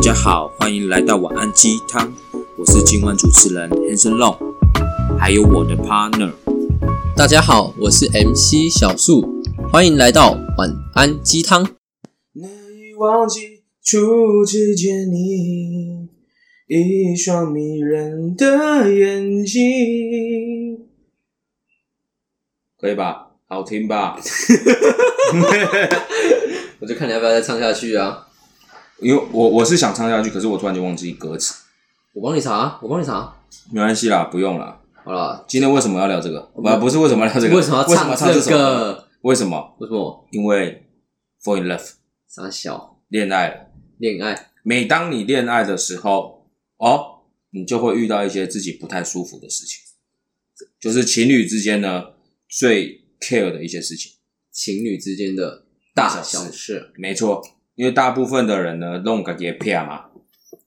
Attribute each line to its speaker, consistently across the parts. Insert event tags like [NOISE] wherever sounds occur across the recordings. Speaker 1: 家好，欢迎来到晚安鸡汤，我是今晚主持人 Hanson Long，还有我的 partner。
Speaker 2: 大家好，我是 MC 小树，欢迎来到晚安鸡汤。
Speaker 3: 难以忘记初次见你，一双迷人的眼睛。可以吧？好听吧？
Speaker 2: 我就看你要不要再唱下去啊！
Speaker 3: 因为我我是想唱下去，可是我突然就忘记歌词。
Speaker 2: 我帮你查，啊我帮你查。
Speaker 3: 没关系啦，不用啦。
Speaker 2: 好了，
Speaker 3: 今天为什么要聊这个？
Speaker 2: 我们
Speaker 3: 不，不是为什么要聊这个？
Speaker 2: 为什么要
Speaker 3: 为什么
Speaker 2: 唱
Speaker 3: 要唱这
Speaker 2: 这
Speaker 3: 首歌？
Speaker 2: 个？
Speaker 3: 为什么？
Speaker 2: 为什么？
Speaker 3: 因为 fall in love
Speaker 2: 傻小
Speaker 3: 恋爱了。
Speaker 2: 恋爱
Speaker 3: 每当你恋爱的时候，哦，你就会遇到一些自己不太舒服的事情，就是情侣之间呢最 care 的一些事情。
Speaker 2: 情侣之间的
Speaker 3: 大小
Speaker 2: 小
Speaker 3: 事
Speaker 2: 事，
Speaker 3: 没错，因为大部分的人呢，弄个也骗嘛，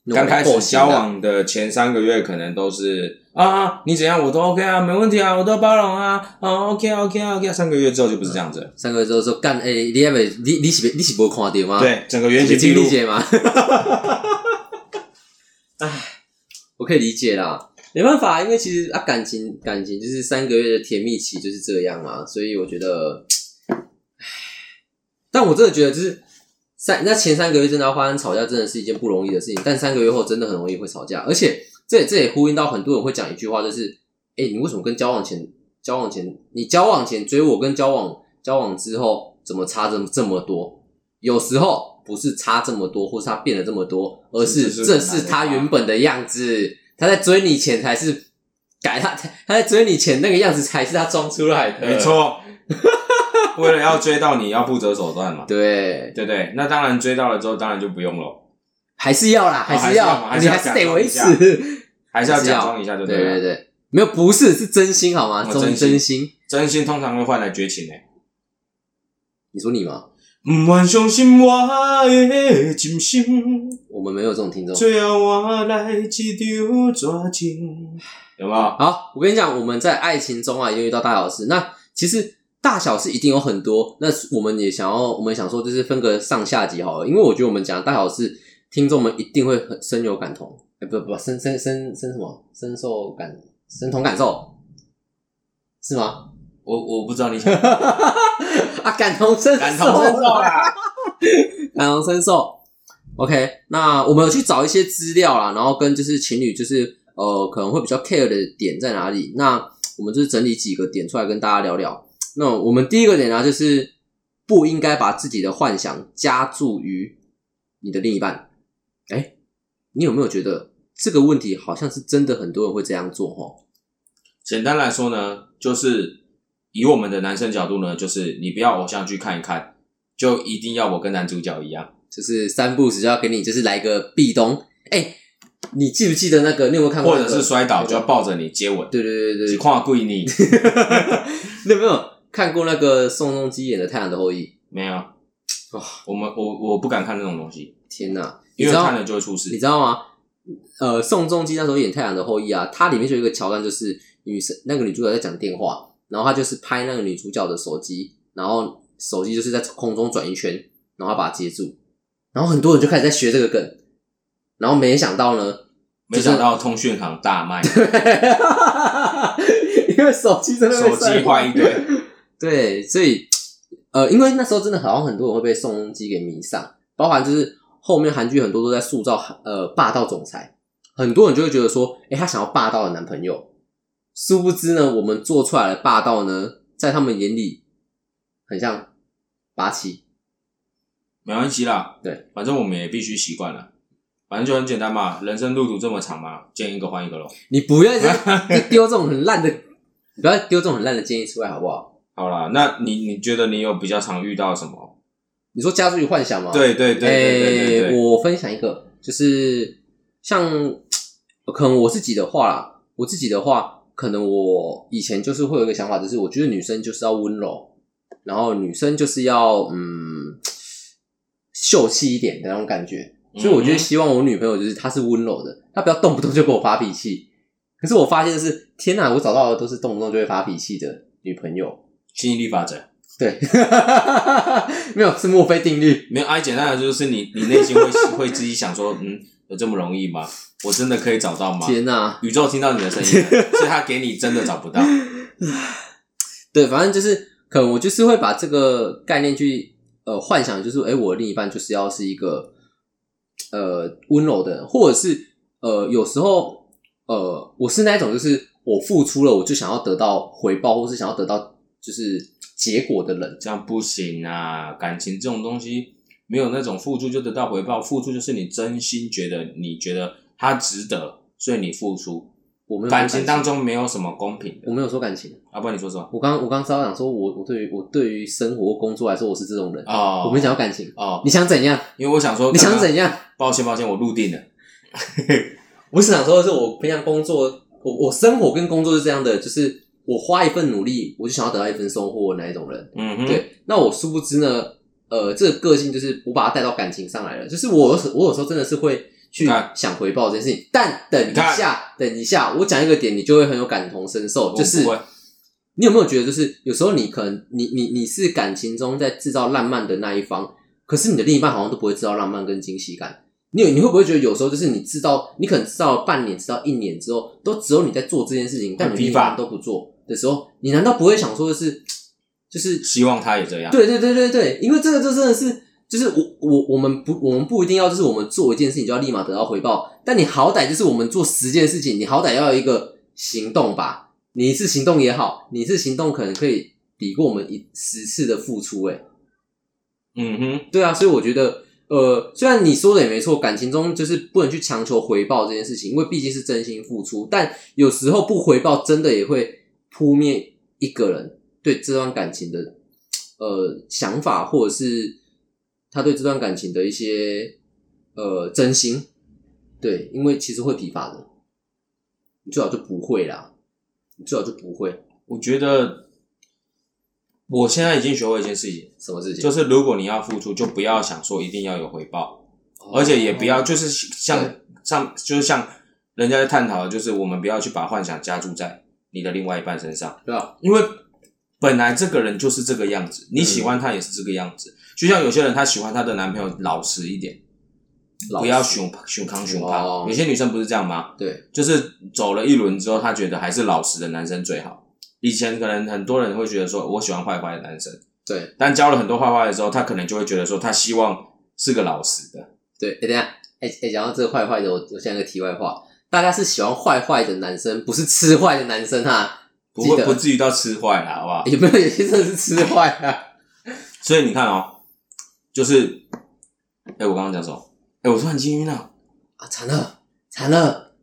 Speaker 2: 那我
Speaker 3: 刚
Speaker 2: 们
Speaker 3: 开
Speaker 2: 够
Speaker 3: 始
Speaker 2: 行
Speaker 3: 交
Speaker 2: 了，
Speaker 3: 往的前三个月，可能都是啊，你怎样我都 OK 啊，没问题啊，我都包容啊，哦 OK 啊 OK 啊 OK 啊。三个月之后就不是这样子了，
Speaker 2: 三个月之后说干哎，你还没你你是没你是没看到吗？，
Speaker 3: 对，整个原
Speaker 2: 你
Speaker 3: 形
Speaker 2: 嗯经
Speaker 3: 毕
Speaker 2: 理
Speaker 3: 露。
Speaker 2: 解 [LAUGHS] 吗？哎，我可以理解啦，没办法，因为其实啊，感情感情就是三个月的甜蜜期就是这样啊，所以我觉得，唉但我真的觉得就是三那前三个月真的要发生吵架，真的是一件不容易的事情，但三个月后真的很容易会吵架，而且这也这也呼应到很多人会讲一句话，就是哎、你为什么跟交往前交往前你交往前追我跟交往交往之后怎么差这么这么多？有时候不是差这么多，或是他变了这么多，而
Speaker 3: 是
Speaker 2: 是
Speaker 3: 是是
Speaker 2: 这是他原本的样子。他在追你前才是改他，他在追你前那个样子才是他装出呃来的。
Speaker 3: 没，错， [LAUGHS] 为了要追到你要不择手段嘛，
Speaker 2: 对，
Speaker 3: 对不对？那当然追到了之后，当然就不用了，
Speaker 2: 还是要啦，
Speaker 3: 哦
Speaker 2: 是
Speaker 3: 还是
Speaker 2: 你
Speaker 3: 要嘛
Speaker 2: 还是得维持
Speaker 3: 还。 [LAUGHS] 还是要
Speaker 2: 还是要
Speaker 3: 假装一下就
Speaker 2: 对
Speaker 3: 对了。
Speaker 2: 对对，没有不是是真心好吗？
Speaker 3: 哦
Speaker 2: 真
Speaker 3: 真心
Speaker 2: 真心，
Speaker 3: 真心通常会换来绝情诶、
Speaker 2: 你说你吗？
Speaker 3: 不愿相信我的真心，
Speaker 2: 我们没有这种听众。
Speaker 3: 最后我来一场绝情。有没有？
Speaker 2: 好，我跟你讲，我们在爱情中啊，一定遇到大小事。那其实大小事一定有很多。那我们也想要，我们想说，就是分个上下集好了，因为我觉得我们讲的大小事，听众们一定会很深有感同。哎、不不，深深深深什么？深受感，深同感受，是吗？ [LAUGHS]
Speaker 3: 我我不知道你想
Speaker 2: 啊，感同身受，
Speaker 3: 感同身受啦。
Speaker 2: 感同身受。OK，那我们有去找一些资料啦，然后跟就是情侣就是呃可能会比较 care 的点在哪里？那我们就是整理几个点出来跟大家聊聊。那我们第一个点呢、就是不应该把自己的幻想加注于你的另一半。哎、你有没有觉得这个问题好像是真的很多人会这样做？哦，
Speaker 3: 简单来说呢，就是以我们的男生角度呢，就是你不要偶像剧看一看，就一定要我跟男主角一样。
Speaker 2: 就是三步时就要给你就是来个壁咚。哎、你记不记得那个？你有没有看过
Speaker 3: 或
Speaker 2: 那个、
Speaker 3: 者是摔倒就要抱着你接吻，
Speaker 2: 对对对对
Speaker 3: 只跨跪你
Speaker 2: 你有没有看过那个宋仲基演的《太阳的后裔
Speaker 3: 没有？我们我我不敢看这种东西，》？
Speaker 2: 天哪，你
Speaker 3: 因
Speaker 2: 知
Speaker 3: 为
Speaker 2: 道
Speaker 3: 看了就会出
Speaker 2: 你
Speaker 3: 事。
Speaker 2: 知道吗？呃，宋仲基那时候演《太阳的后裔》啊，它里面就有一个桥段，就是女生那个女主角在讲电话，然后她就是拍那个女主角的手机，然后手机就是在空中转一圈，然后她把它接住，然后很多人就开始在学这个梗，然后没想到呢， [LAUGHS]
Speaker 3: 没想到通讯行大卖，
Speaker 2: 因为手机真的被
Speaker 3: 手
Speaker 2: 摔
Speaker 3: 机坏一堆。
Speaker 2: 啊对，所以呃，因为那时候真的好像很多人会被宋仲基给迷上，包含就是后面韩剧很多都在塑造呃霸道总裁，很多人就会觉得说，诶、他想要霸道的男朋友，殊不知呢，我们做出来的霸道呢，在他们眼里很像八七，
Speaker 3: 没关系啦，
Speaker 2: 对，
Speaker 3: 反正我们也必须习惯了。反正就很简单嘛，人生路途这么长嘛，见一个换一个咯。
Speaker 2: 你不要再丢这种很烂的，你不要丢这种很烂的建议出来好不好？
Speaker 3: 好啦，那你你觉得你有比较常遇到什么？
Speaker 2: 你说加注于幻想吗？
Speaker 3: 对对对对对对
Speaker 2: 诶，
Speaker 3: 对，
Speaker 2: 哎我分享一个，就是像可能我自己的话啦，我自己的话，可能我以前就是会有一个想法，就是我觉得女生就是要温柔，然后女生就是要嗯秀气一点的那种感觉，所以我就
Speaker 3: 嗯哼
Speaker 2: 希望我女朋友就是她是温柔的，她不要动不动就跟我发脾气。可是我发现的是，天哪，我找到的都是动不动就会发脾气的女朋友。
Speaker 3: 吸引力法则。
Speaker 2: 对， [LAUGHS] 没有是墨菲定律。
Speaker 3: 没有，哎，简单的就是你你内心会会自己想说，嗯，有这么容易吗？我真的可以找到吗？
Speaker 2: 天哪、
Speaker 3: 宇宙听到你的声音
Speaker 2: [LAUGHS]
Speaker 3: 了，所以他给你真的找不到。
Speaker 2: 对，反正就是可能我就是会把这个概念去呃幻想，就是哎、诶我的另一半就是要是一个呃温柔的人，或者是呃有时候呃我是那一种就是我付出了，我就想要得到回报，或是想要得到就是结果的人。
Speaker 3: 这样不行啊！感情这种东西没有那种付出就得到回报，付出就是你真心觉得你觉得他值得，所以你付出。
Speaker 2: 我没有说
Speaker 3: 感情当，中没有什么公平的，
Speaker 2: 我没有说感情。
Speaker 3: 要、不然你说什么？
Speaker 2: 我刚我刚稍微想说我，我对于我对于生活工作来说，我是这种人。
Speaker 3: 哦，
Speaker 2: 我没想要感情，
Speaker 3: 哦，
Speaker 2: 你想怎样？
Speaker 3: 因为我想说，
Speaker 2: 你想
Speaker 3: 刚刚
Speaker 2: 怎样？
Speaker 3: 抱歉，抱歉，我入定了。
Speaker 2: 我是想说的是，我平常工作，我我生活跟工作是这样的，就是我花一份努力，我就想要得到一份收获的那一种人。
Speaker 3: 嗯哼，，
Speaker 2: 对，那我殊不知呢，呃，这个个性就是我把它带到感情上来了，就是我有时我有时候真的是会去
Speaker 3: 你看
Speaker 2: 想回报这件事情，但等一
Speaker 3: 你看
Speaker 2: 下，等一下，我讲一个点，你就会很有感同身受，就是
Speaker 3: 不会
Speaker 2: 你有没有觉得，就是有时候你可能你你你是感情中在制造浪漫的那一方，可是你的另一半好像都不会制造浪漫跟惊喜感。你有你会不会觉得有时候就是你制造，你可能制造了半年，制造一年之后，都只有你在做这件事情，但你
Speaker 3: 很
Speaker 2: 另
Speaker 3: 疲
Speaker 2: 一半
Speaker 3: 乏
Speaker 2: 都不做的时候，你难道不会想说的是，就是
Speaker 3: 希望他也这样。
Speaker 2: 对对对对对，因为这个就真的是，就是我我我们不我们不一定要就是我们做一件事情就要立马得到回报，但你好歹就是我们做十件事情，你好歹要有一个行动吧。你一次行动也好，你一次行动可能可以抵过我们一十次的付出、欸。
Speaker 3: 嗯哼，
Speaker 2: 对啊，所以我觉得，呃，虽然你说的也没错，感情中就是不能去强求回报这件事情，因为毕竟是真心付出，但有时候不回报真的也会扑灭一个人对这段感情的呃想法，或者是他对这段感情的一些呃真心。对，因为其实会疲乏的，你最好就不会啦，你最好就不会
Speaker 3: 我觉得我现在已经学会一件事情，
Speaker 2: 什么事情，
Speaker 3: 就是如果你要付出，就不要想说一定要有回报，
Speaker 2: 哦
Speaker 3: 而且也不要就是像
Speaker 2: 对
Speaker 3: 上就是像人家在探讨的，就是我们不要去把幻想加注在你的另外一半身上，
Speaker 2: 对啊吧？
Speaker 3: 因为本来这个人就是这个样子，你
Speaker 2: 嗯
Speaker 3: 喜欢他也是这个样子。就像有些人她喜欢她的男朋友老实一点，
Speaker 2: 老
Speaker 3: 不要
Speaker 2: 实
Speaker 3: 熊熊康熊胖。
Speaker 2: 哦
Speaker 3: 有些女生不是这样吗？
Speaker 2: 对，
Speaker 3: 就是走了一轮之后，他觉得还是老实的男生最好。以前可能很多人会觉得说，我喜欢坏坏的男生，
Speaker 2: 对
Speaker 3: 但交了很多坏坏的之后，他可能就会觉得说，他希望是个老实的。
Speaker 2: 对，哎、等一下，哎、哎，讲、到这个坏坏的，我我讲一个题外话，大家是喜欢坏坏的男生，不是吃坏的男生哈、
Speaker 3: 不
Speaker 2: 记
Speaker 3: 会
Speaker 2: 得
Speaker 3: 不至于到吃坏啦，好不好？
Speaker 2: 有没有有些真的是吃坏啊？
Speaker 3: 所以你看哦，就是，哎、我刚刚讲什么？哎、我突然间晕了，
Speaker 2: 啊，惨了惨了，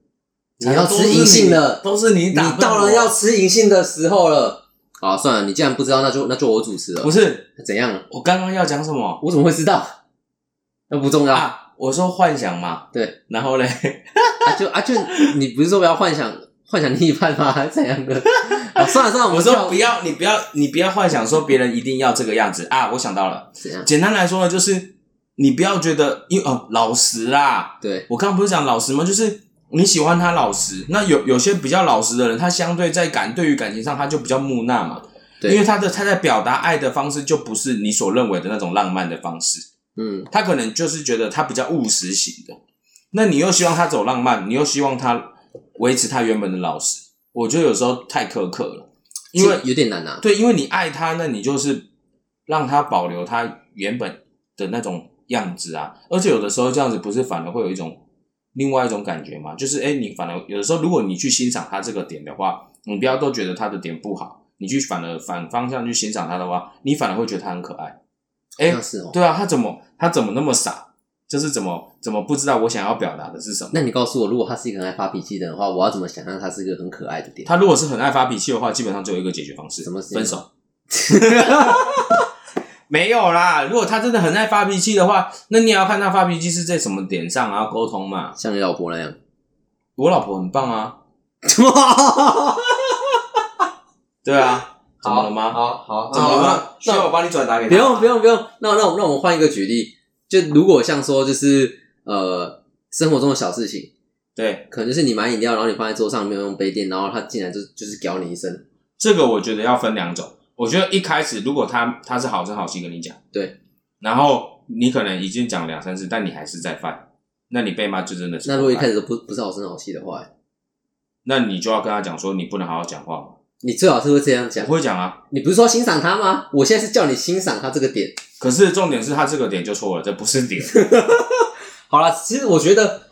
Speaker 2: 你要
Speaker 3: 都
Speaker 2: 吃
Speaker 3: 是
Speaker 2: 银杏了，
Speaker 3: 都是你
Speaker 2: 你
Speaker 3: 打
Speaker 2: 到了要
Speaker 3: 死。
Speaker 2: 吃银杏的时候了。好，算了，你既然不知道，那就那就我主持了。
Speaker 3: 不是，
Speaker 2: 怎样？
Speaker 3: 我刚刚要讲什么
Speaker 2: 我怎么会知道？那不重要，啊、
Speaker 3: 啊？我说幻想嘛，
Speaker 2: 对，[LAUGHS]
Speaker 3: 然后嘞，
Speaker 2: 就啊就你不是说不要幻想幻想另一半吗？还 [LAUGHS] 是怎样的？啊，算了算了，我
Speaker 3: 我
Speaker 2: 们
Speaker 3: 说
Speaker 2: 跳
Speaker 3: 不要，你不要，你不要幻想说别人一定要这个样子啊！我想到了。
Speaker 2: 怎样？
Speaker 3: 简单来说呢，就是你不要觉得，因为哦、老实啦，
Speaker 2: 对
Speaker 3: 我刚刚不是讲老实吗？就是你喜欢他老实，那有有些比较老实的人，他相对在感对于感情上，他就比较木讷嘛，
Speaker 2: 对
Speaker 3: 因为他的他在表达爱的方式就不是你所认为的那种浪漫的方式，
Speaker 2: 嗯，
Speaker 3: 他可能就是觉得他比较务实型的，那你又希望他走浪漫，你又希望他维持他原本的老实，我觉得有时候太苛刻了，因为
Speaker 2: 这有点难啊。
Speaker 3: 对，因为你爱他，那你就是让他保留他原本的那种样子啊。而且有的时候这样子，不是反而会有一种另外一种感觉嘛？就是哎、诶你反而有的时候，如果你去欣赏他这个点的话，你不要都觉得他的点不好，你去反而反方向去欣赏他的话，你反而会觉得他很可爱。哎、
Speaker 2: 好像是哦。
Speaker 3: 对啊，他怎么他怎么那么傻？就是怎么怎么不知道我想要表达的是什么？
Speaker 2: 那你告诉我，如果他是一个很爱发脾气的人的话，我要怎么想象他是一个很可爱的点？
Speaker 3: 他如果是很爱发脾气的话，基本上只有一个解决方式，
Speaker 2: 什么事情
Speaker 3: 分手。 [LAUGHS] 没有啦，如果他真的很爱发脾气的话，那你也要看他发脾气是在什么点上，然后沟通嘛。
Speaker 2: 像你老婆那 [LAUGHS] 样，
Speaker 3: 我老婆很棒啊，对啊，怎么了吗？
Speaker 4: 好好，
Speaker 3: 怎么了吗？需
Speaker 4: 那
Speaker 3: 要
Speaker 4: 我
Speaker 3: 我帮你转达给他？
Speaker 2: 不用不，用不用，那那我那我们换一个举例，就如果像说就是呃生活中的小事情，
Speaker 3: 对，
Speaker 2: 可能就是你买饮料，然后你放在桌上没有用杯垫，然后他进来就就是屌你一声，
Speaker 3: 这个我觉得要分两种。我觉得一开始如果他他是好声好气跟你讲，
Speaker 2: 对，
Speaker 3: 然后你可能已经讲两三次，但你还是在犯，那你被骂就真的是
Speaker 2: 那如果一
Speaker 3: 犯
Speaker 2: 开始都不不是好声好气的话，欸
Speaker 3: 那你就要跟他讲说你不能好好讲话嘛，
Speaker 2: 你最好是会这样讲
Speaker 3: 我。会讲啊，
Speaker 2: 你不是说欣赏他吗？我现在是叫你欣赏他这个点。
Speaker 3: 可是重点是他这个点就错了，这不是点，
Speaker 2: 好啦，其实我觉得，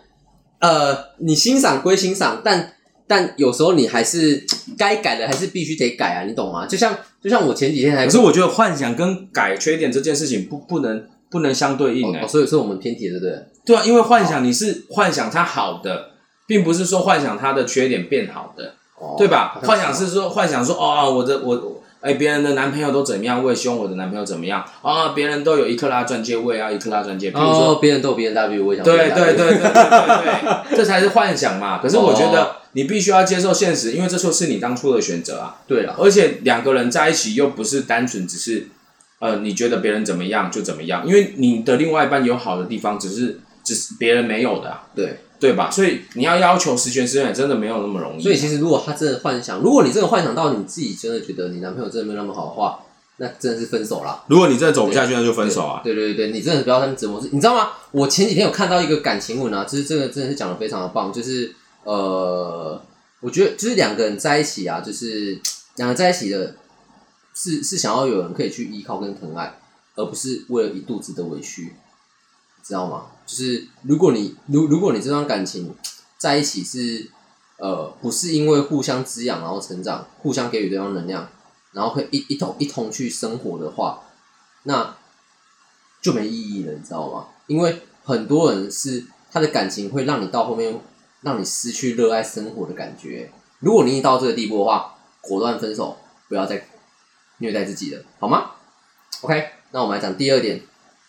Speaker 2: 呃，你欣赏归欣赏，但但有时候你还是该改的还是必须得改啊，你懂吗？就像就像我前几天还
Speaker 3: 可是我觉得幻想跟改缺点这件事情不不能不能相对应
Speaker 2: 哦
Speaker 3: 哎、
Speaker 2: 哦所以所以我们偏题了，对不对？
Speaker 3: 对啊，因为幻想你是幻想它好的，并不是说幻想它的缺点变好的，
Speaker 2: 哦
Speaker 3: 对吧
Speaker 2: 好？像
Speaker 3: 幻想是说幻想说哦，我的我我哎，别人的男朋友都怎么样，我也希望我的男朋友怎么样啊？别人都有一克拉钻戒，我也要一克拉钻戒。比如说，
Speaker 2: 哦，别人都有别人大 W，我也想
Speaker 3: 对
Speaker 2: 大
Speaker 3: 对对
Speaker 2: W
Speaker 3: 对对对对，这才是幻想嘛。可是我觉得你必须要接受现实，因为这就是你当初的选择啊。
Speaker 2: [LAUGHS] 对了，
Speaker 3: 而且两个人在一起又不是单纯只是，呃，你觉得别人怎么样就怎么样，因为你的另外一半有好的地方，只是只是别人没有的、啊，
Speaker 2: 对。
Speaker 3: 对吧？所以你要要求十全十美，真的没有那么容易。啊
Speaker 2: 所以其实如果他真的幻想，如果你真的幻想到你自己真的觉得你男朋友真的没有那么好的话，那真的是分手啦。
Speaker 3: 如果你真的走不下去，那就分手啊。
Speaker 2: 对对对，对你真的不要他们折磨自己，你知道吗？我前几天有看到一个感情文啊，就是这个真的是讲的非常的棒，就是呃，我觉得就是两个人在一起啊，就是两个人在一起的是是想要有人可以去依靠跟疼爱，而不是为了一肚子的委屈，知道吗？就是如果你如如果你这段感情在一起是呃不是因为互相滋养然后成长，互相给予对方能量，然后可以一一同一同去生活的话，那就没意义了，你知道吗？因为很多人是他的感情会让你到后面让你失去热爱生活的感觉。如果你已经到这个地步的话，果断分手，不要再虐待自己了，好吗？OK，那我们来讲第二点，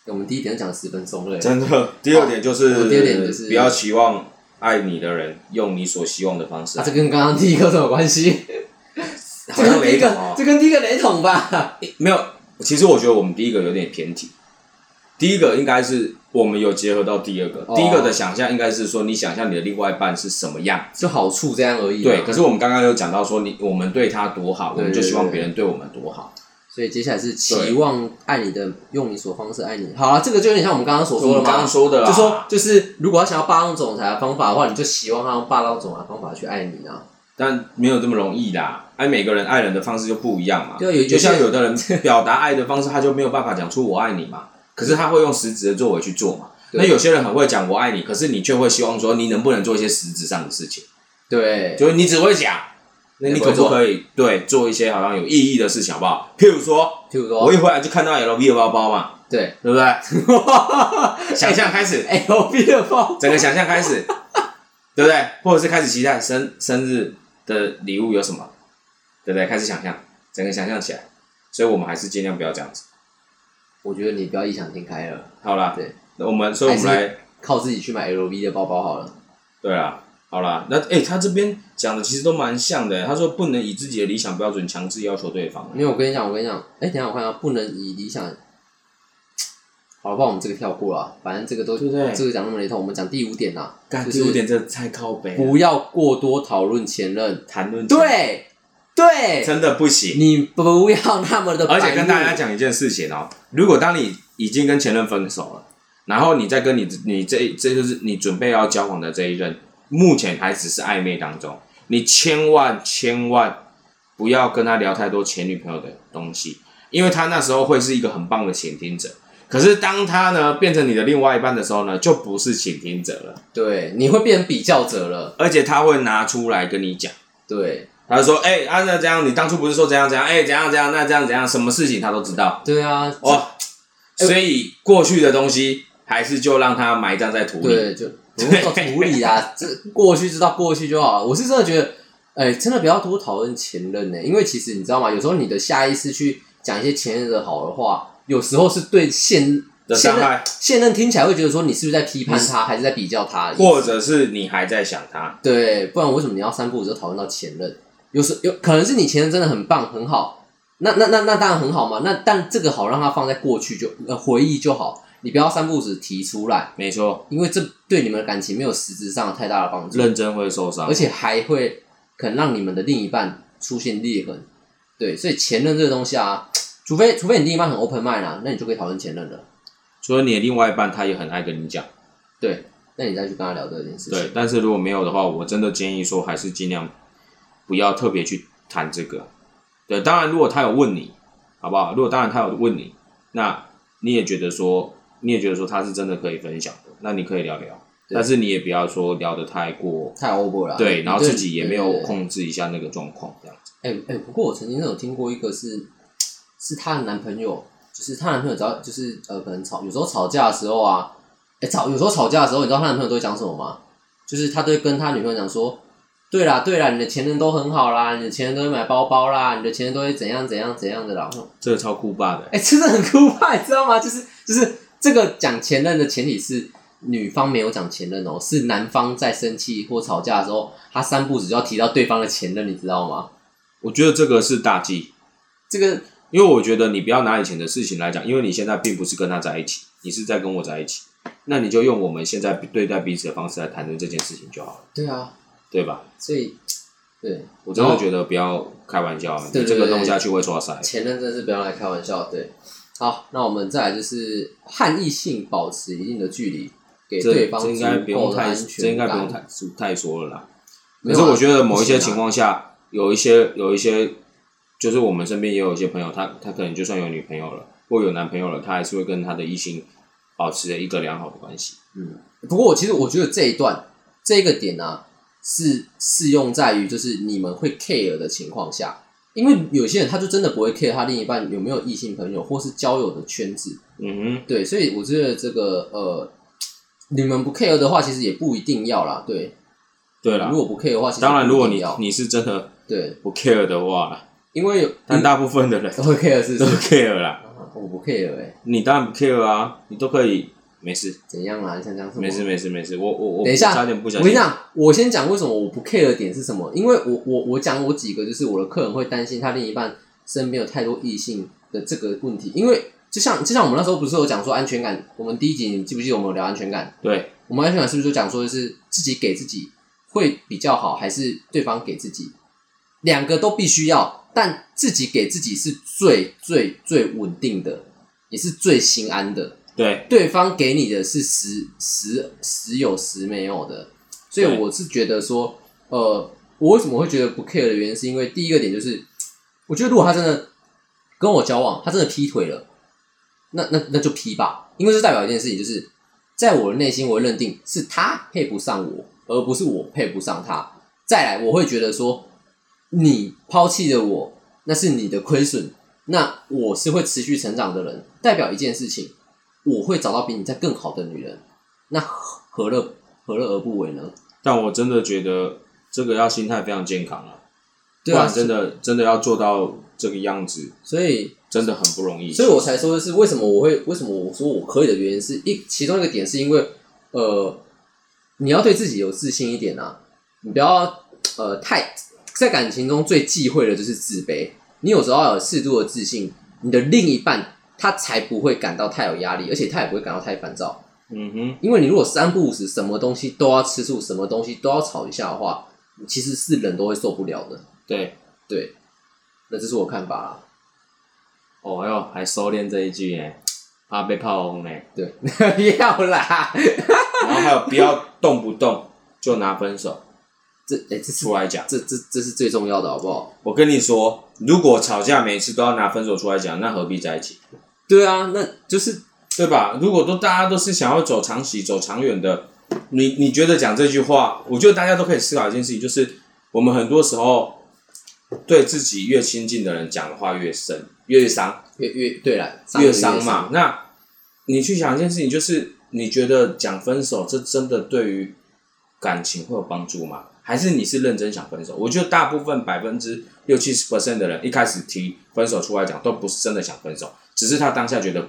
Speaker 2: 我们第一点就讲了十分钟了，
Speaker 3: 真的，哦第二点就是，
Speaker 2: 第二点就是
Speaker 3: 不要期望爱你的人用你所希望的方式
Speaker 2: 啊，。这跟刚刚第一个有什么关系？这
Speaker 3: 好
Speaker 2: 跟
Speaker 3: 像
Speaker 2: 第
Speaker 3: 雷
Speaker 2: 一
Speaker 3: 同
Speaker 2: 个
Speaker 3: 哦，
Speaker 2: 这跟第一个雷同吧？ [LAUGHS]
Speaker 3: 没有。其实我觉得我们第一个有点偏题，第一个应该是我们有结合到第二个，
Speaker 2: 哦
Speaker 3: 第一个的想象应该是说你想象你的另外一半是什么样，
Speaker 2: 就好处这样而已嘛。啊
Speaker 3: 对。可是我们刚刚有讲到说你我们对他多好，我
Speaker 2: 对
Speaker 3: 们就希
Speaker 2: 对
Speaker 3: 望
Speaker 2: 对
Speaker 3: 别人对我们多好，
Speaker 2: 所以接下来是期
Speaker 3: 对
Speaker 2: 望爱你的，用你所方式爱你。好了，这个就有点像我们刚刚所
Speaker 3: 我
Speaker 2: 说的
Speaker 3: 们
Speaker 2: 嘛，
Speaker 3: 刚刚说的啦，啊
Speaker 2: 就说就是，如果他想要霸道总裁的方法的话，你就希望他用霸道总裁的方法去爱你啊。
Speaker 3: 但没有这么容易啦。哎，每个人爱人的方式就不一样嘛。
Speaker 2: 对啊有有
Speaker 3: 就像
Speaker 2: 些
Speaker 3: 有的人表达爱的方式，他就没有办法讲出“我爱你”
Speaker 2: [LAUGHS]
Speaker 3: 嘛，可是他会用实质的作为去做嘛。
Speaker 2: 对
Speaker 3: 那有些人很会讲“我爱你”，可是你却会希望说你能不能做一些实质上的事情，
Speaker 2: 对，
Speaker 3: 就是你只会讲，那你可不可以对做一些好像有意义的事情，好不好？譬如说，
Speaker 2: 譬如
Speaker 3: 我
Speaker 2: 说
Speaker 3: 一，回来就看到 LV 的包包嘛，
Speaker 2: 对，[LAUGHS]
Speaker 3: 对不对？ [LAUGHS] 想象开始，
Speaker 2: L B 的包，
Speaker 3: 整个想象
Speaker 2: [LAUGHS]
Speaker 3: 开始，对不对？或者是开始期待生生日的礼物有什么，对不对？开始想象，整个想象起来。所以我们还是尽量不要这样子。
Speaker 2: 我觉得你不要异想天开了，
Speaker 3: 好啦，
Speaker 2: 对，
Speaker 3: 我们所以我们
Speaker 2: 还
Speaker 3: 来，
Speaker 2: 靠自己去买 L B 的包包好了。
Speaker 3: 对啦，好啦，那诶，他这边讲的其实都蛮像的。他说不能以自己的理想标准强制要求对方。
Speaker 2: 因为我跟你讲，我跟你讲，哎、等一下我看到不能以理想，好了，不然我们这个跳过了，啊反正这个都
Speaker 3: 对不对
Speaker 2: 这个讲那么雷同，我们讲第五点啦，
Speaker 3: 干
Speaker 2: 就
Speaker 3: 第五
Speaker 2: 是
Speaker 3: 点，这太靠北了，
Speaker 2: 不要过多讨论前任。
Speaker 3: 谈论
Speaker 2: 对对，
Speaker 3: 真的不行。
Speaker 2: 你不要那么的，
Speaker 3: 而且跟大家。讲一件事情哦，如果当你已经跟前任分手了，然后你再跟你你这这就是你准备要交往的这一任，目前还只是暧昧当中，你千万千万不要跟他聊太多前女朋友的东西，因为他那时候会是一个很棒的倾听者。可是当他呢变成你的另外一半的时候呢，就不是倾听者了，
Speaker 2: 对，你会变成比较者了。
Speaker 3: 而且他会拿出来跟你讲。
Speaker 2: 对，
Speaker 3: 他就说：“哎、啊，那这样，你当初不是说怎样怎样？哎、怎样怎样？那这样怎样？什么事情他都知道。
Speaker 2: 对啊，
Speaker 3: 哦，所以过去的东西还是就让它埋葬在土里。
Speaker 2: 对，就不用到土里啊，这过去知道过去就好了。我是真的觉得，哎、真的不要多讨论前任呢、因为其实你知道吗？有时候你的下意识去讲一些前任的好的话，有时候是对现
Speaker 3: 的
Speaker 2: 现
Speaker 3: 伤
Speaker 2: 任
Speaker 3: 害，
Speaker 2: 现任听起来会觉得说你是不是在批判他，还是在比较他，
Speaker 3: 或者是你还在想他，
Speaker 2: 对，不然为什么你要三步就讨论到前任？有时有可能是你前任真的很棒很好，那那那那当然很好嘛。那但这个好让它放在过去就呃回忆就好，你不要三步子提出来，
Speaker 3: 没错，
Speaker 2: 因为这对你们的感情没有实质上的太大的帮助，
Speaker 3: 认真会受伤
Speaker 2: 而。且还会可能让你们的另一半出现裂痕。对，所以前任这个东西啊，除非除非你另一半很 open mind 啊，那你就可以讨论前任了。
Speaker 3: 除了你的另外一半，他也很爱跟你讲，
Speaker 2: 对，那你再去跟他聊这件事
Speaker 3: 对
Speaker 2: 情。。
Speaker 3: 但是如果没有的话，我真的建议说，还是尽量不要特别去谈这个。对，当然如果他有问你，好不好？如果当然他有问你，那你也觉得说，你也觉得说他是真的可以分享的，那你可以聊聊，
Speaker 2: 对
Speaker 3: 但是你也不要说聊得太过，
Speaker 2: 太 over 了啊、
Speaker 3: 对，然后自己也没有
Speaker 2: 对。
Speaker 3: 控制一下那个状况，这样子。
Speaker 2: 哎哎、不过我曾经有听过一个是，是她的男朋友，就是她男朋友只要就是呃，可能吵有时候吵架的时候啊，哎、吵有时候吵架的时候，你知道她男朋友都会讲什么吗？就是他都会跟他女朋友讲说，对啦对啦，你的前任都很好啦，你的前任都会买包包啦，你的前任都会怎样怎样怎样的啦。 [LAUGHS] 然后
Speaker 3: 这个超酷爸的、
Speaker 2: 哎、真的很酷派，你知道吗？就是就是这个讲前任的前提是女方没有讲前任哦，是男方在生气或吵架的时候，他三步只就要提到对方的前任，你知道吗？
Speaker 3: 我觉得这个是大忌。
Speaker 2: 这个
Speaker 3: 因为我觉得你不要拿以前的事情来讲，因为你现在并不是跟他在一起，你是在跟我在一起，那你就用我们现在对待彼此的方式来谈论这件事情就好了，
Speaker 2: 对啊，
Speaker 3: 对吧？
Speaker 2: 所以对
Speaker 3: 我真的觉得不要开玩笑，
Speaker 2: 哦
Speaker 3: 啊
Speaker 2: 对
Speaker 3: 你这个
Speaker 2: 对对
Speaker 3: 弄下去会刷塞。
Speaker 2: 前任真的是不要来开玩笑。对，好，那我们再来就是和异性保持一定的距离，给
Speaker 3: 这
Speaker 2: 对
Speaker 3: 这
Speaker 2: 方
Speaker 3: 应该不
Speaker 2: 足
Speaker 3: 用
Speaker 2: 够的
Speaker 3: 太，
Speaker 2: 安
Speaker 3: 这
Speaker 2: 全
Speaker 3: 应该
Speaker 2: 感。
Speaker 3: 不用太太说了啦。
Speaker 2: 没
Speaker 3: 可
Speaker 2: 有啊
Speaker 3: 是我觉得某一些
Speaker 2: 不行
Speaker 3: 情
Speaker 2: 啊
Speaker 3: 况下，有一些有一些，就是我们身边也有一些朋友，他他可能就算有女朋友了，或有男朋友了，他还是会跟他的异性保持着一个良好的关系。
Speaker 2: 不过我其实我觉得这一段这个点呢、啊是适用在于就是你们会 care 的情况下，因为有些人他就真的不会 care 他另一半有没有异性朋友或是交友的圈子，
Speaker 3: 嗯
Speaker 2: 对，所以我觉得这个呃，你们不 care 的话，其实也不一定要啦，对，
Speaker 3: 哼，对了
Speaker 2: 如，果不 care 的话，其实
Speaker 3: 当然如果
Speaker 2: 不一
Speaker 3: 你
Speaker 2: 定要
Speaker 3: 你是真的
Speaker 2: 对，
Speaker 3: 不 care 的话啦，
Speaker 2: 因为有
Speaker 3: 但大部分的人
Speaker 2: 你会 care 是不
Speaker 3: 都
Speaker 2: 是？
Speaker 3: care 啦，
Speaker 2: 啊我不 care 哎、
Speaker 3: 你当然不 care 啊，你都可以，没事，
Speaker 2: 怎样啦？你想讲什么？
Speaker 3: 没事，没事，没事。我我我
Speaker 2: 等一下
Speaker 3: 差点不
Speaker 2: 我
Speaker 3: 小
Speaker 2: 跟
Speaker 3: 心
Speaker 2: 你，讲，我先讲为什么我不 care 的点是什么，因为我我我讲我几个就是我的客人会担心他另一半身边有太多异性的这个问题，因为就像就像我们那时候不是有讲说安全感，我们第一集你记不记得我们有聊安全感？
Speaker 3: 对
Speaker 2: 我们安全感是不是就讲说就是自己给自己会比较好，还是对方给自己？两个都必须要，但自己给自己是最最最稳定的，也是最心安的。
Speaker 3: 对，
Speaker 2: 对方给你的是时时时有时没有的，所以
Speaker 3: 对
Speaker 2: 我是觉得说，呃，我为什么会觉得不 care 的原因，是因为第一个点就是，我觉得如果他真的跟我交往，他真的劈腿了，那那那就劈吧，因为这代表一件事情，就是在我的内心，我会认定是他配不上我，而不是我配不上他。再来，我会觉得说，你抛弃了我，那是你的亏损，那我是会持续成长的人，代表一件事情，我会找到比你再更好的女人，那何何乐何乐而不为呢？
Speaker 3: 但我真的觉得这个要心态非常健康啊，
Speaker 2: 对啊，
Speaker 3: 不然真的真的要做到这个样子，
Speaker 2: 所以
Speaker 3: 真的很不容易。
Speaker 2: 所以我才说的是为什么我会为什么我说我可以的原因是一其中一个点是因为呃你要对自己有自信一点啊，你不要呃太在感情中最忌讳的就是自卑，你有时候要有适度的自信，你的另一半他才不会感到太有压力，而且他也不会感到太烦躁。
Speaker 3: 嗯哼，
Speaker 2: 因为你如果三不五时什么东西都要吃醋，什么东西都要吵一下的话，你其实是人都会受不了的。
Speaker 3: 对，
Speaker 2: 对，那这是我看法啦。
Speaker 3: 哦哟，还收敛这一句耶，怕被炮轰嘞。
Speaker 2: 对， [LAUGHS] 不要啦，
Speaker 3: 然后还有不要动不动就拿分手
Speaker 2: 这哎、这是
Speaker 3: 出来讲。
Speaker 2: 这这这是最重要的，好不好？
Speaker 3: 我跟你说，如果吵架每次都要拿分手出来讲，那何必在一起？
Speaker 2: 对啊，那就是
Speaker 3: 对吧？如果都大家都是想要走长期、走长远的，你你觉得讲这句话，我觉得大家都可以思考一件事情，就是我们很多时候对自己越亲近的人讲的话越深，越伤，
Speaker 2: 越越对了，
Speaker 3: 越
Speaker 2: 伤
Speaker 3: 伤嘛。。那你去想一件事情，就是你觉得讲分手，这真的对于感情会有帮助吗？还是你是认真想分手？我觉得大部分百分之六七十 percent 的人一开始提分手出来讲，都不是真的想分手，只是他当下觉得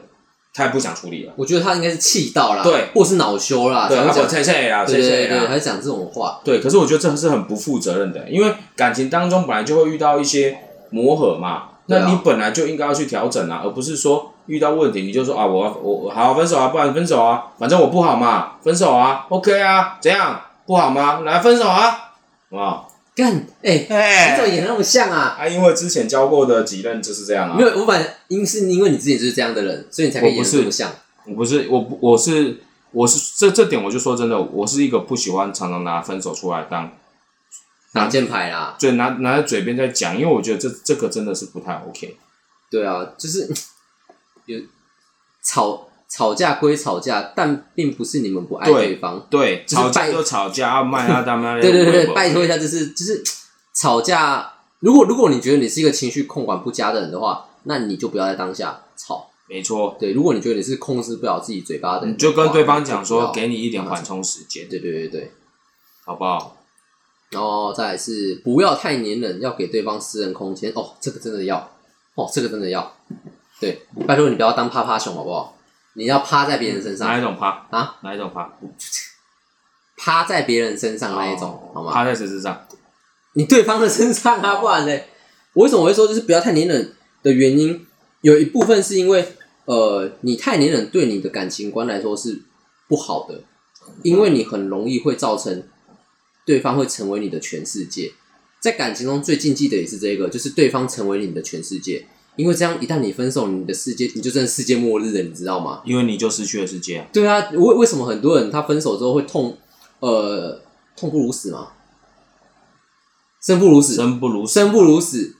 Speaker 3: 太不想处理了。
Speaker 2: 我觉得他应该是气到啦，
Speaker 3: 对
Speaker 2: 或是恼羞啦，
Speaker 3: 对，
Speaker 2: 才会
Speaker 3: 啊不，
Speaker 2: 讲，
Speaker 3: 谢谢啊，
Speaker 2: 对
Speaker 3: 谢
Speaker 2: 对
Speaker 3: 谢
Speaker 2: 对，才
Speaker 3: 啊。
Speaker 2: 会讲这种话。
Speaker 3: 对，可是我觉得这是很不负责任的，因为感情当中本来就会遇到一些磨合嘛，
Speaker 2: 对啊
Speaker 3: 那你本来就应该要去调整啊，而不是说遇到问题你就说啊，我要我我好分手啊，不然分手啊，反正我不好嘛，分手啊，OK 啊，怎样不好吗？来分手啊，啊，
Speaker 2: 干，哎、
Speaker 3: 哎
Speaker 2: 你怎么演得那么像啊？
Speaker 3: 啊，因为之前教过的几任就是这样啊
Speaker 2: 没。有，我反因是因为你自己就是这样的人，所以你才可以演
Speaker 3: 我
Speaker 2: 得
Speaker 3: 不是
Speaker 2: 这么像。
Speaker 3: 我不是，我不我是我是这这点我就说真的，我是一个不喜欢常常拿分手出来当啊
Speaker 2: 挡箭牌啦，
Speaker 3: 嘴拿拿在嘴边在讲，因为我觉得这这个真的是不太 OK。
Speaker 2: 对啊，就是有吵吵架归吵架，但并不是你们不爱
Speaker 3: 对
Speaker 2: 对方。
Speaker 3: 对，
Speaker 2: 就是
Speaker 3: 吵架
Speaker 2: 拜
Speaker 3: 就吵架，啊骂他他妈
Speaker 2: [LAUGHS]
Speaker 3: 的。
Speaker 2: 对对对对，
Speaker 3: 我
Speaker 2: 拜托一下，就是就是吵架。如果如果你觉得你是一个情绪控管不佳的人的话，那你就不要在当下吵。
Speaker 3: 没错，
Speaker 2: 对，如果你觉得你是控制不了自己嘴巴的人
Speaker 3: 你
Speaker 2: 的话，
Speaker 3: 就跟对方讲
Speaker 2: 那
Speaker 3: 说，
Speaker 2: 就不要
Speaker 3: 给你一点缓冲时间，
Speaker 2: 对对对对，
Speaker 3: 好不好？
Speaker 2: 然后再来是不要太黏人，要给对方私人空间。哦，这个真的要，哦，这个真的要。对，拜托你不要当趴趴熊好不好？你要趴在别人身
Speaker 3: 哪一
Speaker 2: 上
Speaker 3: 种趴？
Speaker 2: 啊，
Speaker 3: 哪一种趴？
Speaker 2: 趴在别人身上那一种，好吗？
Speaker 3: 哦趴在谁身上？
Speaker 2: 你对方的身上啊，不然嘞，我为什么会说就是不要太黏人的原因，有一部分是因为呃，你太黏人对你的感情观来说是不好的，因为你很容易会造成对方会成为你的全世界。在感情中最禁忌的也是这个，就是对方成为你的全世界，因为这样一旦你分手，你的世界你就真的世界末日了，你知道吗？
Speaker 3: 因为你就失去了世界啊。
Speaker 2: 对啊，为为什么很多人他分手之后会痛，呃，痛不如死嘛，生不如死，
Speaker 3: 生不如死，
Speaker 2: 生不如死。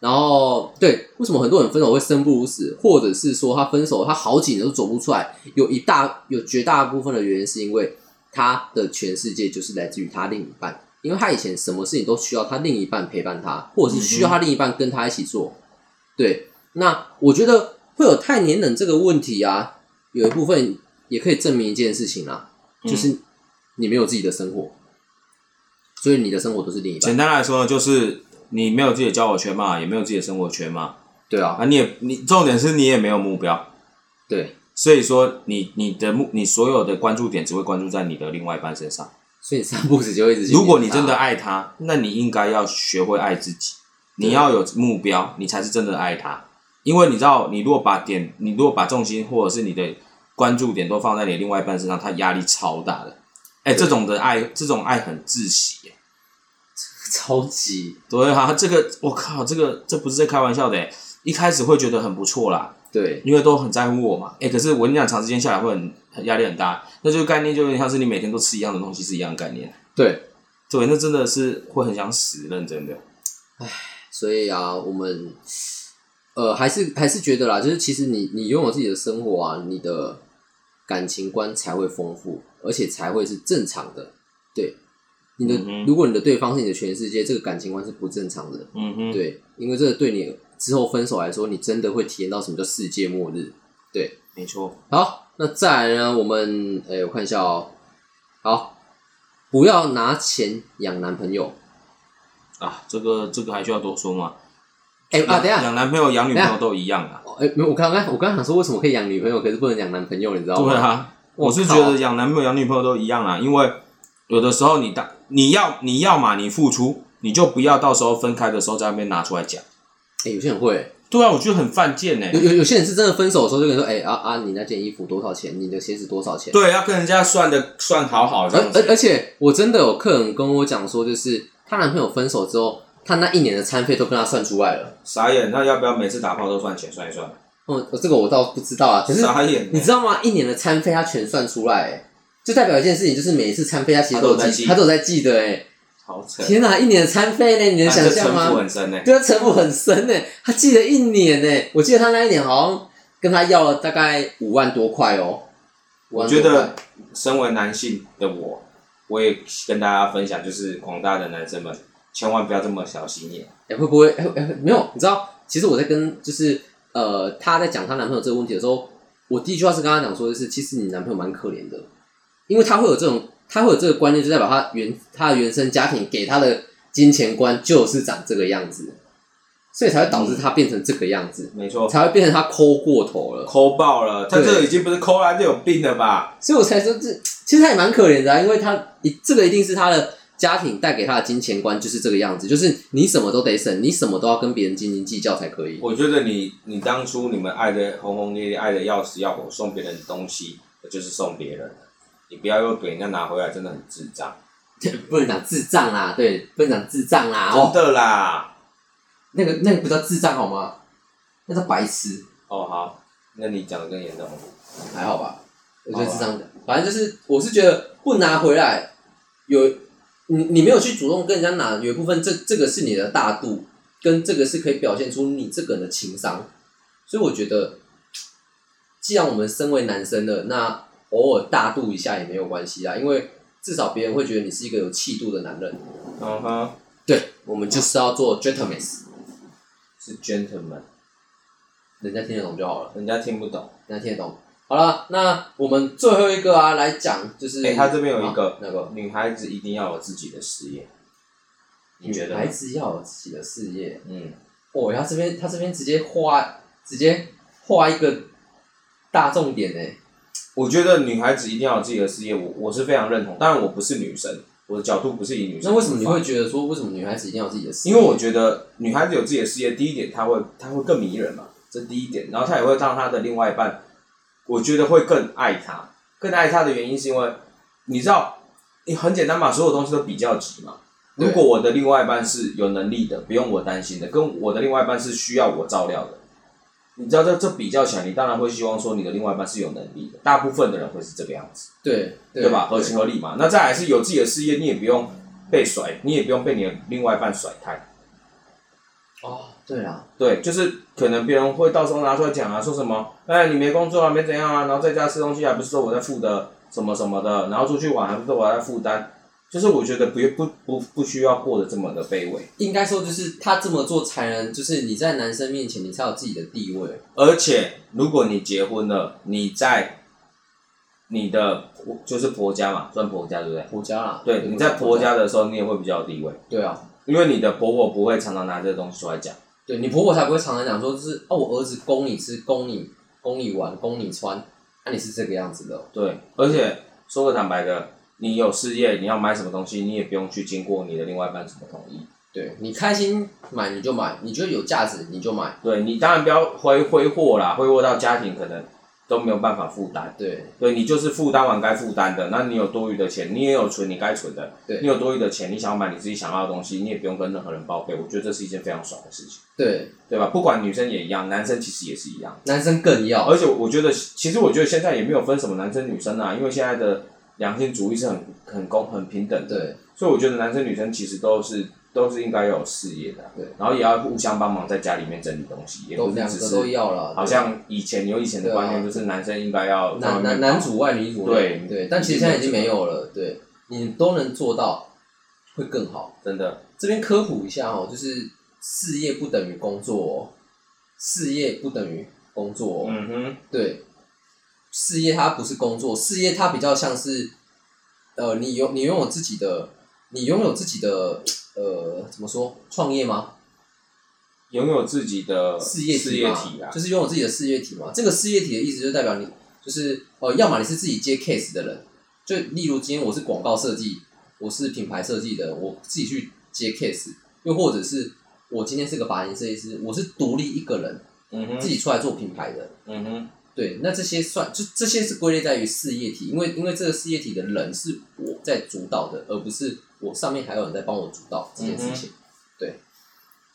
Speaker 2: 然后对，为什么很多人分手会生不如死，或者是说他分手他好几年都走不出来？有一大有绝大部分的原因是因为他的全世界就是来自于他另一半，因为他以前什么事情都需要他另一半陪伴他，或者是需要他另一半跟他一起做。对，那我觉得会有太黏人这个问题啊，有一部分也可以证明一件事情啊，就是你没有自己的生活，所以你的生活都是另一
Speaker 3: 简
Speaker 2: 半。
Speaker 3: 单来说呢，就是你没有自己的交友圈嘛，也没有自己的生活圈嘛，
Speaker 2: 对啊，
Speaker 3: 啊，你也你重点是你也没有目标，
Speaker 2: 对。
Speaker 3: 所以说你你的目你所有的关注点只会关注在你的另外一半身上。
Speaker 2: 所以你三步子就会一直去
Speaker 3: 如果你
Speaker 2: 念它
Speaker 3: [LAUGHS] 真的爱他，那你应该要学会爱自己，你要有目标，你才是真的爱他。因为你知道，你如果把点，你如果把重心或者是你的关注点都放在你另外一半身上，他压力超大的。哎、这种的爱，这种爱很窒息耶、
Speaker 2: 超级
Speaker 3: 对啊，这个我靠，这个这不是在开玩笑的、欸。一开始会觉得很不错啦，
Speaker 2: 对，
Speaker 3: 因为都很在乎我嘛。哎、可是我跟你讲，长时间下来会很很压力很大。那这个概念就有点像是你每天都吃一样的东西是一样的概念。
Speaker 2: 对，
Speaker 3: 对，那真的是会很想死，认真的。
Speaker 2: 所以啊，我们呃还是还是觉得啦，就是其实你你拥有自己的生活啊，你的感情观才会丰富，而且才会是正常的。对，你的、
Speaker 3: 嗯哼
Speaker 2: 如果你的对方是你的全世界，这个感情观是不正常的。
Speaker 3: 嗯哼，
Speaker 2: 对，因为这个对你之后分手来说，你真的会体验到什么叫世界末日。对，
Speaker 3: 没错。
Speaker 2: 好，那再来呢？我们哎、我看一下哦。好，不要拿钱养男朋友。
Speaker 3: 啊，这个这个还需要多说吗？
Speaker 2: 哎、啊，等一下，
Speaker 3: 养男朋友、养女朋友都一样啊。
Speaker 2: 哎、没有，我刚刚我刚刚想说，为什么可以养女朋友，可是不能养男朋友，你知道吗？
Speaker 3: 对，啊，
Speaker 2: 我
Speaker 3: 我是觉得养男朋友、养女朋友都一样啊，因为有的时候你当你要你要嘛，你付出，你就不要到时候分开的时候在那边拿出来讲。
Speaker 2: 哎、有些人会，
Speaker 3: 对啊，我觉得很犯贱呢、
Speaker 2: 有 [LAUGHS] 有有些人是真的分手的时候就跟你说，哎、啊啊，你那件衣服多少钱？你的鞋子多少钱？
Speaker 3: 对，要跟人家算的算好好这
Speaker 2: 而
Speaker 3: 样
Speaker 2: 而而
Speaker 3: 子。
Speaker 2: 且我真的有客人跟我讲说，就是她男朋友分手之后，她那一年的餐费都跟她算出来了。
Speaker 3: 傻眼，那要不要每次打炮都算钱算一算？
Speaker 2: 嗯，这个我倒不知道啊，可是
Speaker 3: 傻眼、
Speaker 2: 你知道吗？一年的餐费他全算出来、欸，就代表一件事情，就是每一次餐费他其实都有
Speaker 3: 他都有在
Speaker 2: 记，
Speaker 3: 记
Speaker 2: 他都有在记得、欸。
Speaker 3: 好扯
Speaker 2: 哎，，天哪，一年的餐费呢？你能
Speaker 3: 啊
Speaker 2: 想
Speaker 3: 这
Speaker 2: 象
Speaker 3: 城府
Speaker 2: 吗？
Speaker 3: 很深呢、
Speaker 2: 对他城府很深呢、欸，他记了一年呢、欸。我记得他那一年好像跟他要了大概五万多块哦、5
Speaker 3: 我
Speaker 2: 万
Speaker 3: 觉
Speaker 2: 多块
Speaker 3: 得，身为男性的我，我也跟大家分享，就是广大的男生们，千万不要这么小心眼。
Speaker 2: 哎、会不会？哎、哎没有，你知道，其实我在跟就是呃，她在讲她男朋友这个问题的时候，我第一句话是跟她讲说，就是其实你男朋友蛮可怜的，因为他会有这种，他会有这个观念，就代表他原他的原生家庭给他的金钱观就是长这个样子，所以才会导致他变成这个样子，
Speaker 3: 没错，
Speaker 2: 才会变成他抠过头了。
Speaker 3: 抠爆了，他
Speaker 2: 对
Speaker 3: 这已经不是抠啦，这有病了吧？
Speaker 2: 所以我才说这其实他也蛮可怜的、啊，因为他一这个一定是他的家庭带给他的金钱观就是这个样子，就是你什么都得省，你什么都要跟别人斤斤计较才可以。
Speaker 3: 我觉得你你当初你们爱的轰轰烈烈，爱的要死要活，送别人东西就是送别人，你不要又给人家拿回来，真的很智障。
Speaker 2: [LAUGHS] 不能讲智障啦，对，不能讲智障啦，
Speaker 3: 真
Speaker 2: 哦，
Speaker 3: 的啦。
Speaker 2: 那个那个不叫智障好吗？那叫白痴，
Speaker 3: 哦，好，那你讲的更严重。
Speaker 2: 还好吧？我觉得
Speaker 3: 好吧
Speaker 2: 智障，反正就是我是觉得不拿回来，有你你没有去主动跟人家拿，有一部分这这个是你的大度，跟这个是可以表现出你这个人的情商，所以我觉得，既然我们身为男生的，那偶尔大度一下也没有关系啊，因为至少别人会觉得你是一个有气度的男人。
Speaker 3: 嗯哼，
Speaker 2: 对，我们就是要做 gentleman，
Speaker 3: 是 gentleman，
Speaker 2: 人家听得懂就好了，
Speaker 3: 人家听不懂。
Speaker 2: 人家听得懂。好了，那我们最后一个啊，来讲就是，
Speaker 3: 哎，他这边有一
Speaker 2: 啊
Speaker 3: 个
Speaker 2: 那个，
Speaker 3: 女孩子一定要有自己的事业，你觉得
Speaker 2: 女孩
Speaker 3: 呢？
Speaker 2: 子要有自己的事业。
Speaker 3: 嗯，
Speaker 2: 哦，他这边他这边直接画，直接画一个大重点呢。
Speaker 3: 我觉得女孩子一定要有自己的事业，我我是非常认同。当然，我不是女生，我的角度不是以女生。
Speaker 2: 那为什么你会？觉得说，为什么女孩子一定要有自己的事业？
Speaker 3: 因为我觉得女孩子有自己的事业，第一点，她会她会更迷人嘛，这第一点。然后她也会让她的另外一半，我觉得会更爱她。更爱她的原因是因为，你知道，你很简单嘛，所有东西都比较级嘛。
Speaker 2: 对
Speaker 3: 如果我的另外一半是有能力的，不用我担心的，跟我的另外一半是需要我照料的，你知道这这比较起来，你当然会希望说你的另外一半是有能力的。大部分的人会是这个样子。
Speaker 2: 对
Speaker 3: 对吧？合情合理嘛。那再来是有自己的事业，你也不用被甩，你也不用被你的另外一半甩开。
Speaker 2: 哦，对啦，
Speaker 3: 对，就是可能别人会到时候拿出来讲啊，说什么，哎，你没工作啊，没怎样啊，然后在家吃东西还不是说我在负责什么什么的，然后出去玩还不是我在负担。就是我觉得不不不不需要过得这么的卑微，
Speaker 2: 应该说就是他这么做才能，就是你在男生面前你才有自己的地位。
Speaker 3: 而且如果你结婚了，你在你的婆就是婆家嘛，算婆家对不对？
Speaker 2: 婆家啦，
Speaker 3: 对，你在婆家的时候，你也会比较有地位，
Speaker 2: 对啊，
Speaker 3: 因为你的婆婆不会常常拿这个东西出来讲。
Speaker 2: 对你婆婆才不会常常讲说，就是哦，我儿子供你吃，供你供你玩，供你穿，那、你是这个样子的哦、
Speaker 3: 对，而且说个坦白的，你有事业，你要买什么东西，你也不用去经过你的另外一半什么同意。
Speaker 2: 对你开心买你就买，你觉得有价值你就买，
Speaker 3: 对你当然不要挥挥霍啦，挥霍到家庭可能都没有办法负担。
Speaker 2: 对
Speaker 3: 对你就是负担完该负担的，那你有多余的钱，你也有存你该存的，
Speaker 2: 对
Speaker 3: 你有多余的钱，你想要买你自己想要的东西，你也不用跟任何人报备。我觉得这是一件非常爽的事情，
Speaker 2: 对，
Speaker 3: 对吧？不管女生也一样，男生其实也是一样。
Speaker 2: 男生更要，
Speaker 3: 而且我觉得，其实我觉得现在也没有分什么男生女生啊，因为现在的良性主义是很很公很平等的。
Speaker 2: 对
Speaker 3: 所以我觉得男生女生其实都是都是应该有事业的啊，
Speaker 2: 对
Speaker 3: 然后也要互相帮忙在家里面整理东西，也
Speaker 2: 都
Speaker 3: 哎不是
Speaker 2: 两
Speaker 3: 只
Speaker 2: 个都
Speaker 3: 是
Speaker 2: 要了，
Speaker 3: 好像以前有以前的观念，就是男生应该要
Speaker 2: 对
Speaker 3: 在外
Speaker 2: 男男
Speaker 3: 面
Speaker 2: 男主外女主内
Speaker 3: 对
Speaker 2: 对，但其实现在已经没有了，对你都能做到会更好。
Speaker 3: 真的
Speaker 2: 这边科普一下哦，就是事业不等于工作哦，事业不等于工作哦，
Speaker 3: 嗯哼
Speaker 2: 对，事业它不是工作，事业它比较像是，呃，你拥你拥有自己的，你拥有自己的，呃，怎么说，创业吗？
Speaker 3: 拥有自己的
Speaker 2: 事业
Speaker 3: 呃事
Speaker 2: 嘛
Speaker 3: 业体啊，
Speaker 2: 就是拥有自己的事业体嘛。这个事业体的意思就代表你，就是呃，要么你是自己接 case 的人，就例如今天我是广告设计，我是品牌设计的，我自己去接 case，又或者是我今天是个发型设计师，我是独立一个人
Speaker 3: 嗯
Speaker 2: 自
Speaker 3: 哼
Speaker 2: 己出来做品牌的，
Speaker 3: 嗯哼
Speaker 2: 对，那这些算就这些是归类在于事业体，因为因为这个事业体的人是我在主导的，而不是我上面还有人在帮我主导这件事情。
Speaker 3: 嗯
Speaker 2: 对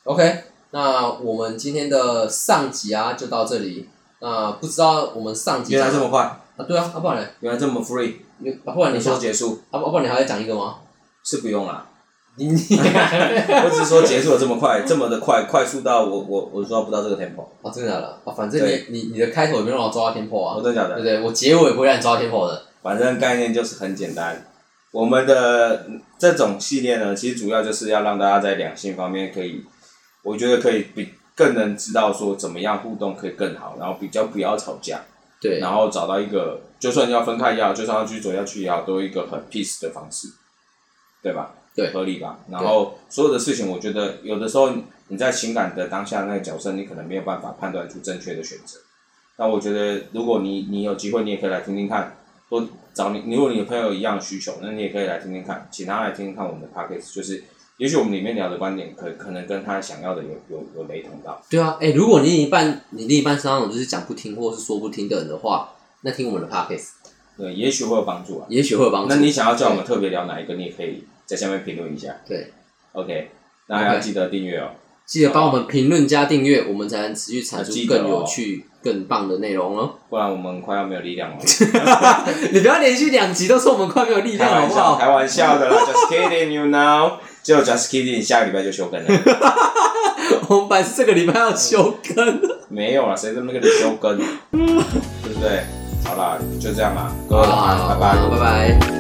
Speaker 2: ，OK，那我们今天的上集啊就到这里。那不知道我们上集
Speaker 3: 原来这么快，
Speaker 2: 啊？对啊，啊不然呢？
Speaker 3: 原来这么 free，
Speaker 2: 你啊不然
Speaker 3: 你
Speaker 2: 你
Speaker 3: 说
Speaker 2: 说
Speaker 3: 结束
Speaker 2: 啊不啊不然你还要讲一个吗？啊
Speaker 3: 是不用啦， [LAUGHS]
Speaker 2: 你你 [LAUGHS]
Speaker 3: 我只是说结束的这么快，这么的快，快速到我我我抓不到这个 tempo，
Speaker 2: 啊真的假的？啊反正你
Speaker 3: 对
Speaker 2: 你你的开头也没有让我抓到天破
Speaker 3: 我
Speaker 2: 啊，
Speaker 3: 哦真的假
Speaker 2: 对不
Speaker 3: 的，
Speaker 2: 对？我结尾也不会让你抓到天破的。
Speaker 3: 反正概念就是很简单。我们的这种系列呢，其实主要就是要让大家在两性方面可以，我觉得可以比更能知道说怎么样互动可以更好，然后比较不要吵架，
Speaker 2: 对，
Speaker 3: 然后找到一个就算要分开也好，就算要去走下去也好，都有一个很 peace 的方式，对吧？
Speaker 2: 对
Speaker 3: 合理吧？然后所有的事情，我觉得有的时候你在情感的当下那个角色，你可能没有办法判断出正确的选择。那我觉得，如果你你有机会，你也可以来听听看，多找你，如果你的朋友一样的需求，那你也可以来听听看，请他来听听看我们的 p a c k a g e 就是也许我们里面聊的观点可可能跟他想要的有有有雷同到。
Speaker 2: 对啊，哎、如果你另一半，你另一半是那种就是讲不听或是说不听的人的话，那听我们的 podcast
Speaker 3: 对，也许会有帮助啊。
Speaker 2: 也许会有帮助。
Speaker 3: 那你想要叫我们特别聊哪一个，你也可以在下面评论一下。
Speaker 2: 对
Speaker 3: ，OK，那还要记得订阅哦。
Speaker 2: 记得帮我们评论加订阅，我们才能持续产
Speaker 3: 记
Speaker 2: 出
Speaker 3: 得哦
Speaker 2: 更有趣、更棒的内容哦。 [LAUGHS]
Speaker 3: 不然我们快要没有力量了。
Speaker 2: 你不要连续两集都说我们快没有 [LAUGHS] 力
Speaker 3: 开
Speaker 2: 量，好
Speaker 3: 玩
Speaker 2: 不
Speaker 3: 笑，
Speaker 2: 好？
Speaker 3: 开玩笑的啦 [LAUGHS] ，just kidding you now，就 just kidding，下个礼拜就休更了。 [LAUGHS]
Speaker 2: 我们本来是这个礼拜要休更，
Speaker 3: 没有啊，谁这么跟你
Speaker 2: [LAUGHS]
Speaker 3: 休更？对不对？好啦，就这样啦，各位晚安，
Speaker 2: 好
Speaker 3: 拜拜。
Speaker 2: 拜拜。